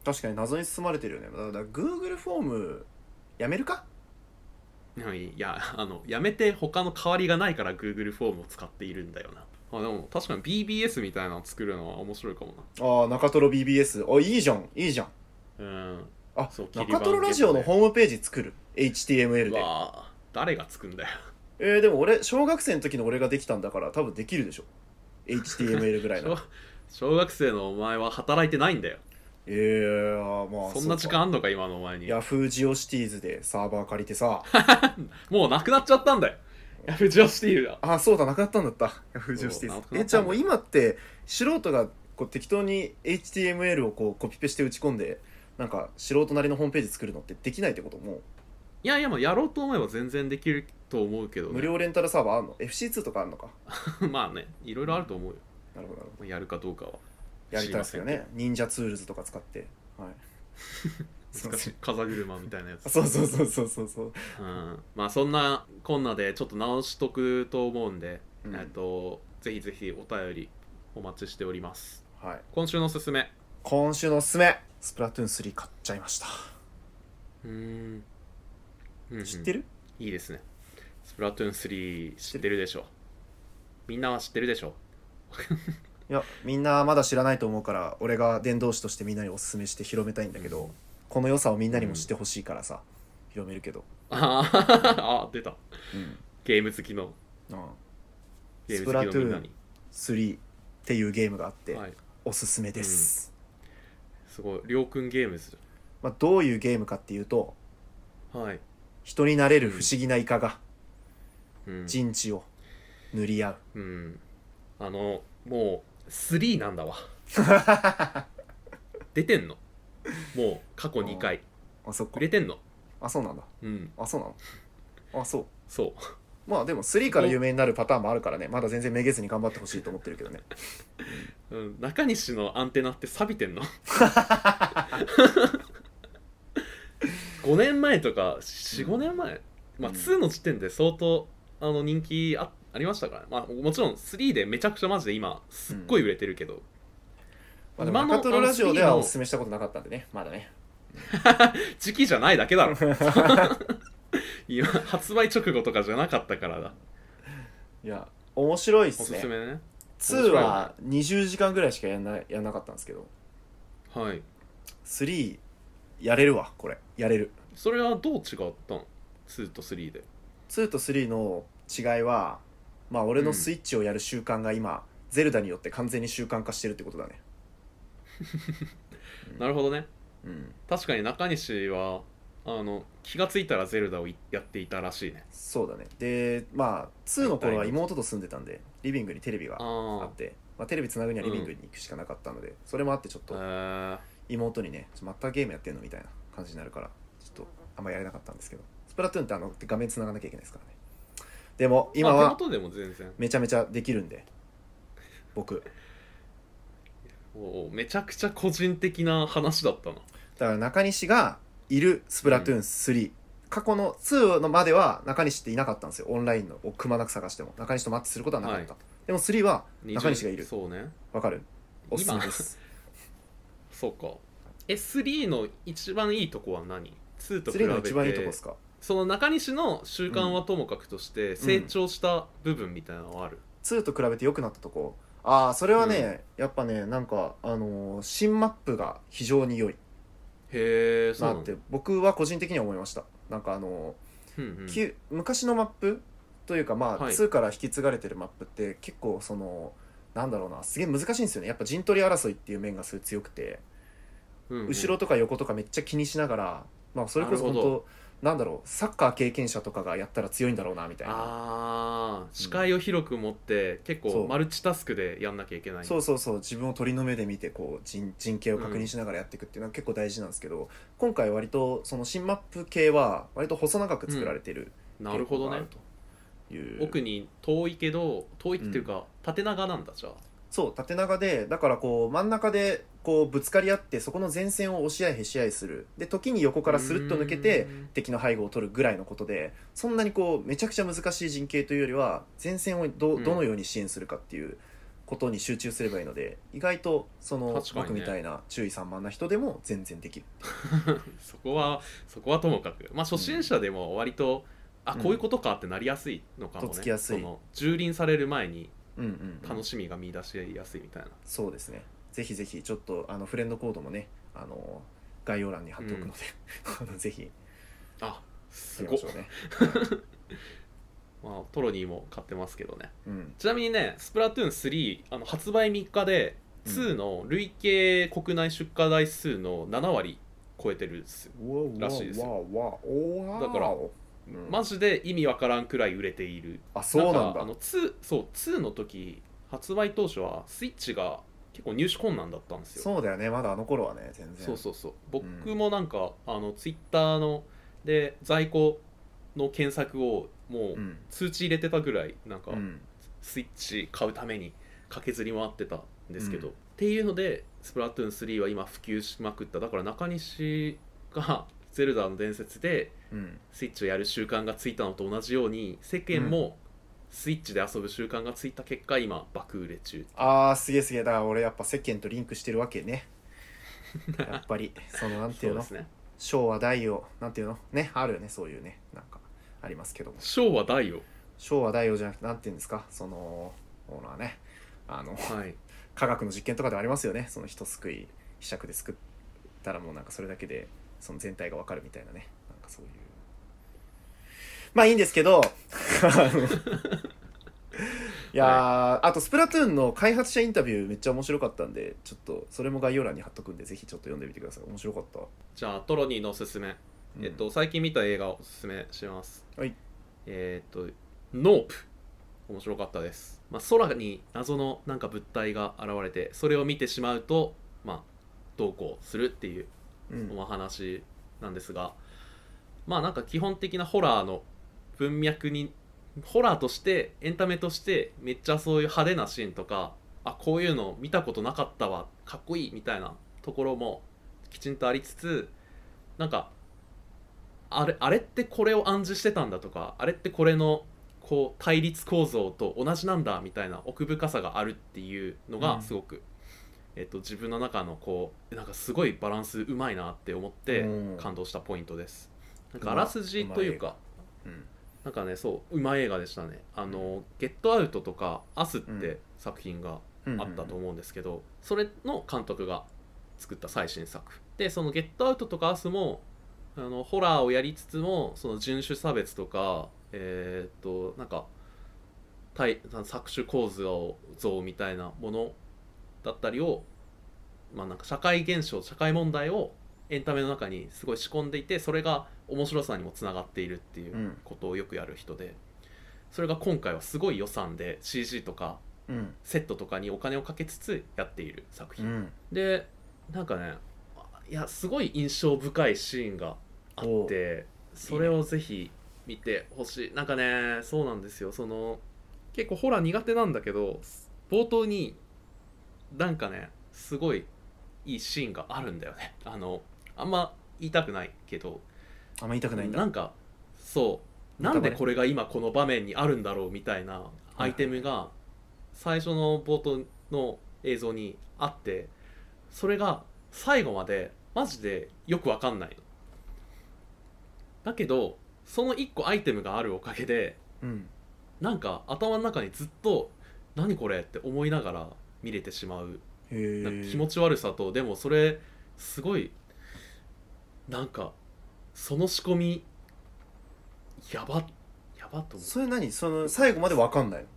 確かに謎に包まれてるよねだからだから Google フォームやめるかいやいやあのやめて他の代わりがないから Google フォームを使っているんだよなあでも確かに BBS みたいなの作るのは面白いかもああ中トロ BBS あいいじゃんいいじゃんなうんあそう切り板中トロラジオのホームページ作る HTML うでわあ誰が作るんだよえー、でも俺小学生の時の俺ができたんだから多分できるでしょ HTML ぐらい の小学生のお前は働いてないんだよえー、まあそんな時間あんのか今のお前にヤフージオシティーズでサーバー借りてさもうなくなっちゃったんだよやべジョシティだあそうだなくなったんだったヤフージオシティーそうなくなったんだズえじゃあもう今って素人がこう適当に HTML をこうコピペして打ち込んでなんか素人なりのホームページ作るのってできないってこともいやいやまあやろうと思えば全然できると思うけど、うね、無料レンタルサーバーあるの FC2 とかあるのか まあねいろいろあると思うよなるほどなるほまあやるかどうかはどやりたいですよ知りまね忍者ツールズとか使って はいすいま難せし んい風車みたいなやつ、 そうそうそうそうそうそううん、まあそんなこんなでちょっと直しとくと思うんで、うんえっとぜひぜひお便りお待ちしておりますはい今週のおすすめ今週のおすすめスプラトゥーン3買っちゃいましたうん知ってるるいいですねスプラトゥーン3知ってるでしょみんなは知ってるでしょいやみんなまだ知らないと思うから俺が伝道師としてみんなにおすすめして広めたいんだけど、うんこの良さをみんなにも知ってほしいからさ、広めるけど、あーあ出たうんゲーム好きのゲースムプ好ラきトのゥみんなーにン、3っていうゲームがあって、はい、おすすめです、すごいりょうくんゲームズまあ、どういうゲームかっていうとはい、人になれる不思議なイカがうん陣地を塗り合う、うんあのもう3なん だわ出てんのもう過去2回あそっか売れてんのあそうなんだうんあそうなのあそうそうまあでも3から有名になるパターンもあるからねまだ全然めげずに頑張ってほしいと思ってるけどねうん、中西のアンテナって錆びてん の5年前とか45年前、まあ、うん2の時点で相当あの人気あありましたから、ねまあ、もちろん3でめちゃくちゃマジで今すっごい売れてるけど、まあ、でも今の中トロラジオであはのおすすめしたことなかったんでねまだね時期じゃないだけ だろ今発売直後とかじゃなかったからだいや面白いっおすすねすめね2は20時間ぐらいしかやんなやんなかったんですけどはい3やれるわこれやれるそれはどう違ったん ?2 と3で2と3の違いはまあ俺うのんスイッチをやる習慣が今、ゼルダによって完全に習慣化してるってことだねなるほどねうん確かに中西はあの気がついたらゼルダをいやっていたらしいねそうだねでまあ2の頃は妹と住んでたんでリビングにテレビがああってまあ、テレビつなぐにはリビングに行くしかなかったので、それもあってちょっあとへ妹にね「ちょまたゲームやってんの?」みたいな感じになるからちょっとあんまやれなかったんですけどスプラトゥーンってあの画面つながなきゃいけないですからねでも今まあは手元でも全然めちゃめちゃできるんで僕おうめちゃくちゃ個人的な話だったなだから中西がいるスプラトゥーン3、過去の2のまでは中西っていなかったんですよオンラインのをくまなく探しても中西とマッチすることはなかった、でも3は20中西がいるそうねわかるおすすめ今ですそうかえ3の一番いいとこは何 ?2 と比べ3のて一番いいとこですかその中西の習慣はともかくとして成長した部分みたいなのはある、 2と比べて良くなったとこああそれはね、やっぱねなんか、あのー新マップが非常に良いへえそうななんっだて僕は個人的には思いましたなんかあのうんうんー旧昔のマップというかまあ、はい2から引き継がれてるマップって結構そのなんだろうなすげえ難しいんですよねやっぱ陣取り争いっていう面がすごい強くて、うんうん後ろとか横とかめっちゃ気にしながらまあそれこそ本なるほど当なんだろうサッカー経験者とかがやったら強いんだろうなみたいなあー視界を広く持って、結そ構うマルチタスクでやんなきゃいけないそうそうそう自分を鳥の目で見てこう人人形を確認しながらやっていくっていうのは結構大事なんですけど、今回割とその新マップ系は割と細長く作られてるなるほど傾向があねるという奥に遠いけど遠いっていうか、縦長なんだじゃあそう縦長でだからこう真ん中でこうぶつかり合ってそこの前線を押し合いへし合いするで時に横からスルッと抜けて敵の背後を取るぐらいのことでそんなにこうめちゃくちゃ難しい陣形というよりは前線をどうんどのように支援するかっていうことに集中すればいいので意外とその、確かにね僕みたいな注意散漫な人でも全然できるうーんそこはそこはともかくまあ初心者でも割と、あこういうことかってなりやすいのかもとっね、つきやすいその蹂躙される前にうんうんうん、楽しみが見出しやすいみたいな、そうですねぜひぜひちょっとあのフレンドコードもねあの概要欄に貼っておくので、 あのぜひあすやりごまいしょうね、まあ、トロニーも買ってますけどねうん、ちなみにねスプラトゥーン3あの発売3日でうん2の累計国内出荷台数の7割超えてるっすよらしいですよわわわおわだからんマジで意味わからんくらい売れているあそうなんかだあの2そう2の時発売当初はスイッチが結構入手困難だったんですよそうだよねまだあの頃はね全然そうそうそう僕もなんか、あのツイッターので在庫の検索をもううん通知入れてたぐらいなんか、うんスイッチ買うために駆けずり回ってたんですけど、うっんていうのでスプラトゥーン3は今普及しまくっただから中西がゼルダの伝説でうんスイッチをやる習慣がついたのと同じように世間もスイッチで遊ぶ習慣がついた結果今爆売れ中あーすげえすげえだから俺やっぱ世間とリンクしてるわ けねやっぱりそのなんてそういうでのすね昭和大王なんていうのねあるよねそういうねなんかありますけども昭和大王昭和大王じゃなくてなんていうんですかそのオーナーねあのはい科学の実験とかではありますよねその人すくいひしゃくですくったらもうなんかそれだけでその全体がわかるみたいなねなんかそういうまあいいんですけど あのいやー、あとスプラトゥーンの開発者インタビューめっちゃ面白かったんでちょっとそれも概要欄に貼っとくんでぜひちょっと読んでみてください面白かった、じゃあトロニーのおすすめ、うんえっと最近見た映画をおすすめしますはいえーっとノープ面白かったです、まあ、空に謎のなんか物体が現れてそれを見てしまうとまあどうこうするっていううんお話なんですが、まあなんか基本的なホラーの文脈にホラーとしてエンタメとしてめっちゃそういう派手なシーンとかあこういうの見たことなかったわかっこいいみたいなところもきちんとありつつなんかあれあれってこれを暗示してたんだとかあれってこれのこう対立構造と同じなんだみたいな奥深さがあるっていうのうがんすごく、えっと、自分の中のこうなんかすごいバランスうまいなって思ってうん感動したポイントです。なんうかまあらすじというかうんなんかねそううまい映画でしたね。あの「ゲットアウト」とか「アス」っうんて作品がうんあったと思うんですけど、それの監督が作った最新作でその「ゲットアウト」とか「アスも」あのホラーをやりつつもその人種差別とかえーっとなんか対搾取構造像みたいなものだったりを、まあ、なんか社会現象社会問題をエンタメの中にすごい仕込んでいてそれが面白さにもつながっているっていううんことをよくやる人でそれが今回はすごい予算で CG とかうんセットとかにお金をかけつつやっている作う品、んでなんかねいやすごい印象深いシーンがあってそれをぜひ見てほしいなんかねそうなんですよその結構ホラー苦手なんだけど冒頭になんかねすごいいいシーンがあるんだよねあのあんま言いたくないけどあんま言いたくないんだなんかそうネタなバレんでこれが今この場面にあるんだろうみたいなアイテムが最初の冒頭の映像にあってそれが最後までマジでよくわかんないのだけどその1個アイテムがあるおかげでうんなんか頭の中にずっと「何これ?」って思いながら見れてしまうへなんえか気持ち悪さとでもそれすごいなんかその仕込みやばやばと思うそれ何その最後までわかんないの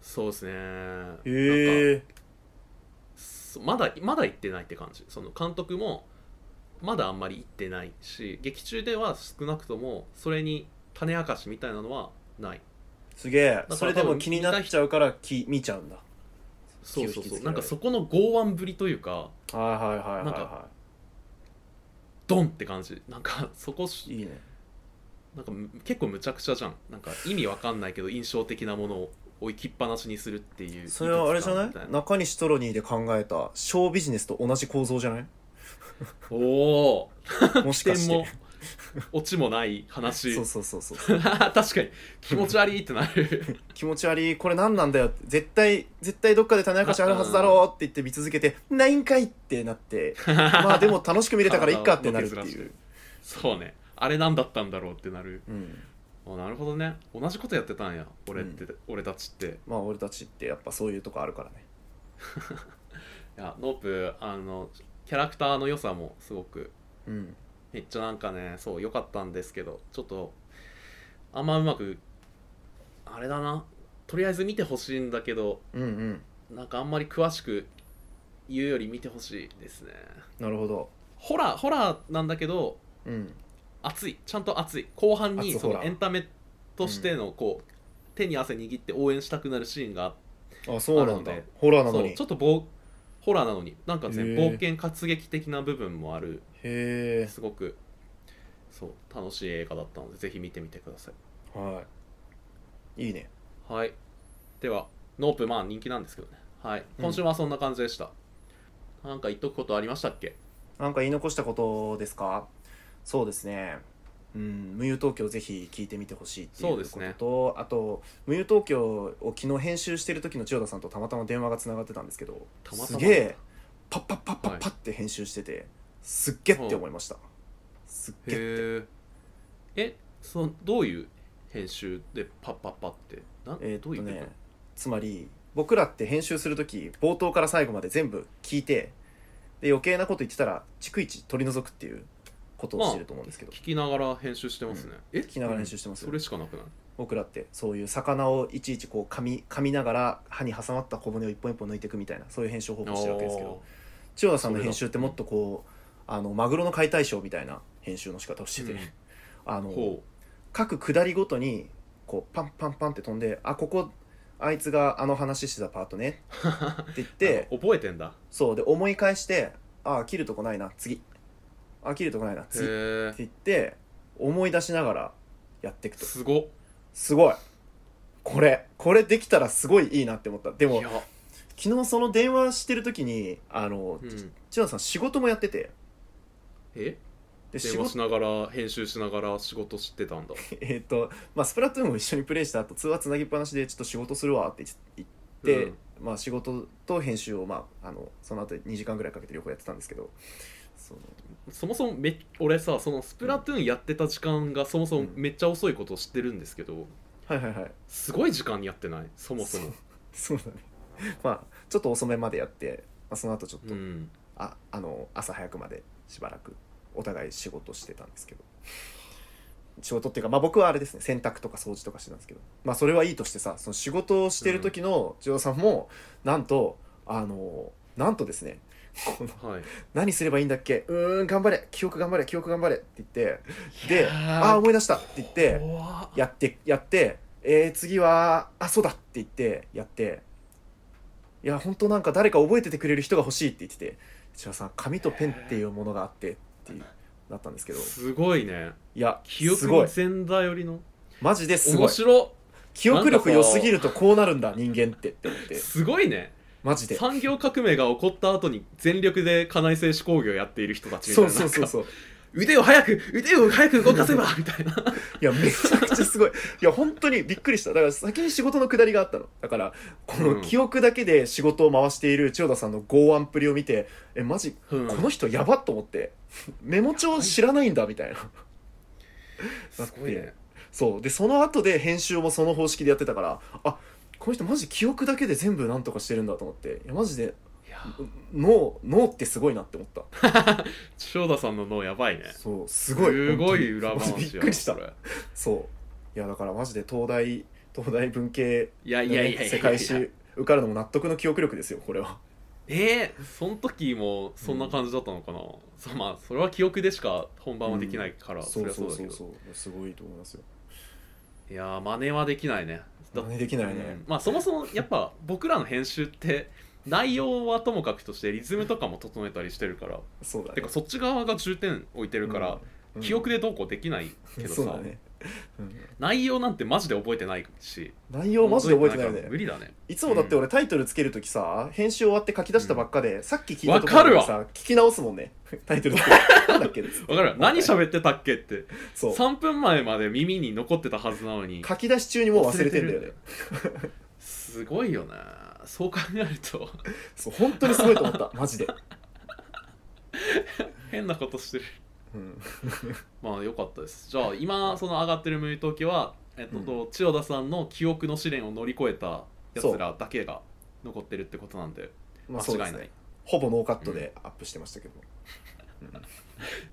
そうですねなんかへえそまだまだ行ってないって感じその監督もまだあんまり行ってないし劇中では少なくともそれに種明かしみたいなのはないすげえらそれでも気になっちゃうからき見ちゃうんだそうそう気を引きつけらそれうるなんかそこの剛腕ぶりというかはいはいはいはいなんはかドンって感じなんかそこいいいねなんかむ結構むちゃくちゃじゃんなんか意味わかんないけど印象的なものを置きっぱなしにするっていうそれはあれじゃな技術いみた中西トロニーで考えたショービジネスと同じ構造じゃないおおもし視か点 しもてオチもない話そうそうそうそう 確かに気持ち悪いってなる気持ち悪いこれ何なんだよって絶対絶対どっかで種明かしあるはずだろうって言って見続けて「ないんかい!」って なって まあでも楽しく見れたからいっかってなるって体をのけずいらうし、そうねあれ何だったんだろうってなるうん、あなるほどね同じことやってたんや俺って、俺たちっていまあ俺たちってやっぱそういうとこあるからねやノープあのキャラクターの良さもすごくうんめっちゃなんかねそう良かったんですけどちょっとあんまうまくあれだなとりあえず見てほしいんだけどうんうんなんかあんまり詳しく言うより見てほしいですねなるほどホラーホラーなんだけどうん熱いちゃんと熱い後半に熱そホラのーエンタメとしてのこう、手に汗握って応援したくなるシーンがあってあそうなんだあるのでホラーなのそうにちょっと冒ホラーなのになんかねへー冒険活劇的な部分もあるへすごくそう楽しい映画だったのでぜひ見てみてくださいえはいいいねはい。では、ノープ、まあ人気なんですけどね。はい。今週はそんな感じでした。なんか言っとくことありましたっけなんか言い残したことですかそうですね。うん、無友東京ぜひ聞いてみてほしいっていそううでこすねとと、あと無友東京を昨日編集してる時の千代田さんとたまたま電話がつながってたんですけどたまたますげえパッパッパッパッパッって編集してて、すっげえって思いましたすっげえへえ。え、そのどういう編集でパッパッパってな、えーっどとういうこと、ねつまり僕らって編集する時冒頭から最後まで全部聞いてで余計なこと言ってたら逐一取り除くっていうことをしてると思うんですけど、聞きながら編集してますね。え聞きながら編集してますよそれしかなくない僕らってそういう魚をいちいちこう噛み噛みながら歯に挟まった小骨を一本一本抜いていくみたいなそういう編集方法をしてるわけですけど千代田さんの編集ってもっとこうあのマグロの解体ショーみたいな編集の仕方をしてて、うんああーのほ各下りごとにこうパンパンパンって飛んであここあいつがあの話してたパートねう。って言っ てあ覚えてんだ。そうで思い返してあ切るとこないな次あ切るとこないへな次ってえ。言って思い出しながらやっていくとすごすごいこれこれできたらすごいいいなって思ったでいもや、昨日その電話してる時にあの、うん、千代田さん仕事もやっててえで仕電話事しながら編集しながら仕事してたんだ えっとまあスプラトゥーンを一緒にプレイした後通話つなぎっぱなしでちょっと仕事するわって言って、うんまあ仕事と編集をまああのその後2時間ぐらいかけて両方やってたんですけどそのそもそもめ俺さそのスプラトゥーンやってた時間がそもそもめっちゃ遅いことを知ってるんですけど、はいはいはいすごい時間にやってないそもそもそうだねまあちょっと遅めまでやって、まあ、その後ちょっと、うんああの朝早くまでしばらくお互い仕事してたんですけど仕事っていうか、まあ、僕はあれですね洗濯とか掃除とかしてたんですけど、まあ、それはいいとしてさその仕事をしてる時の千代田さんも、なんとあのなんとですねこのはい何すればいいんだっけうーん頑張れ記憶頑張れ記憶頑張れって言っていでやーああ思い出したって言って怖っやってやって、えー次はあそうだって言ってやっていや本当なんか誰か覚えててくれる人が欲しいって言ってて千葉さん紙とペンっていうものがあってっていうだったんですけどすごいねいや記す憶ごのい前座寄りのマジですご面い白記憶力良すぎるとこうなるんだ人間ってって思ってすごいねマジで産業革命が起こった後に全力で家内製手工業やっている人たちみたいそなうそうそうそうなんか腕を早く腕を早く動かせ ばみたいないやめちゃくちゃすごいいや本当にびっくりしただから先に仕事のくだりがあったのだからこうのん記憶だけで仕事を回している千代田さんの剛腕っぷりを見てえマジうんこの人やばっと思ってメモ帳知らないんだみたいなすごいねそうでその後で編集もその方式でやってたからあこの人マジ記憶だけで全部なんとかしてるんだと思っていやマジでいや脳脳ってすごいなって思った千代田さんの脳やばいねそうすすごいすごい裏本当に話マやジびっくりしたこれそういやだからマジで東大東大文系いやのいねやいやいや世界史受かるのも納得の記憶力ですよこれはえー、その時もそんな感じだったのかな、そうまあそれは記憶でしか本番はできないから、そそりうゃそそううだけそどうそうすごいと思いますよいやー真似はできないねだ真似できないねうんまあそもそもやっぱ僕らの編集って内容はともかくとしてリズムとかも整えたりしてるからそうだねてかそっち側が重点置いてるから、うん記憶でどうこうできないけどさ、そうだね、うん内容なんてマジで覚えてないし内容マジで覚えてないよからね無理だねいつもだって俺タイトルつけるときさ、編集終わって書き出したばっかで、さっき聞いたとわこかるろわさ聞き直すも んねタイトルつけてなんだっけわかる何喋ってたっけってそう3分前まで耳に残ってたはずなのに書き出し中にもう忘れてんだよ忘ねれすごいよねそう考えると そう本当にすごいと思ったマジで、変なことしてるうん、まあ良かったですじゃあ今その上がってる無理時は、えっとう千代田さんの記憶の試練を乗り越えたやつらだけが残ってるってことなんでま間あそう違いでない,、すねほぼノーカットでアップしてましたけど、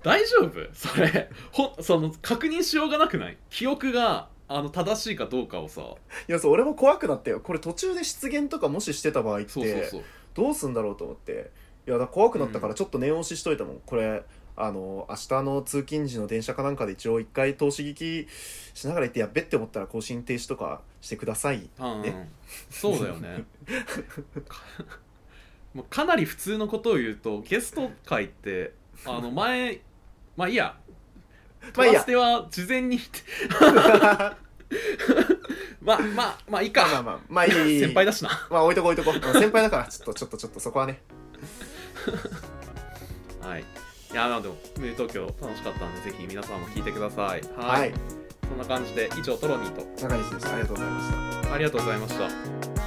大丈夫 それほその確認しようがなくない記憶があの正しいかどうかをさいやそう俺も怖くなったよこれ途中で失言とかもししてた場合ってそうそうそうどうすんだろうと思っていやだから怖くなったからちょっと念押ししといたもん、これあの明日の通勤時の電車かなんかで一応一回通し聞きしながら行ってやっべって思ったら更新停止とかしてくださ いうんねそうだよね かもうかなり普通のことを言うとゲスト会 ってあの前まあいいやまあいトいやラステは事前にまあまあまあいいか、まあまあまあいいいいいい先輩だしなまあ置いとこう置いとこううん先輩だからちょっとちょっとちょっとそこはねはいいやなのでも「ムー東京」楽しかったんでぜひ皆さんも聞いてくださいはいはい、そんな感じで以上トロニーと中西でしたありがとうございましたありがとうございました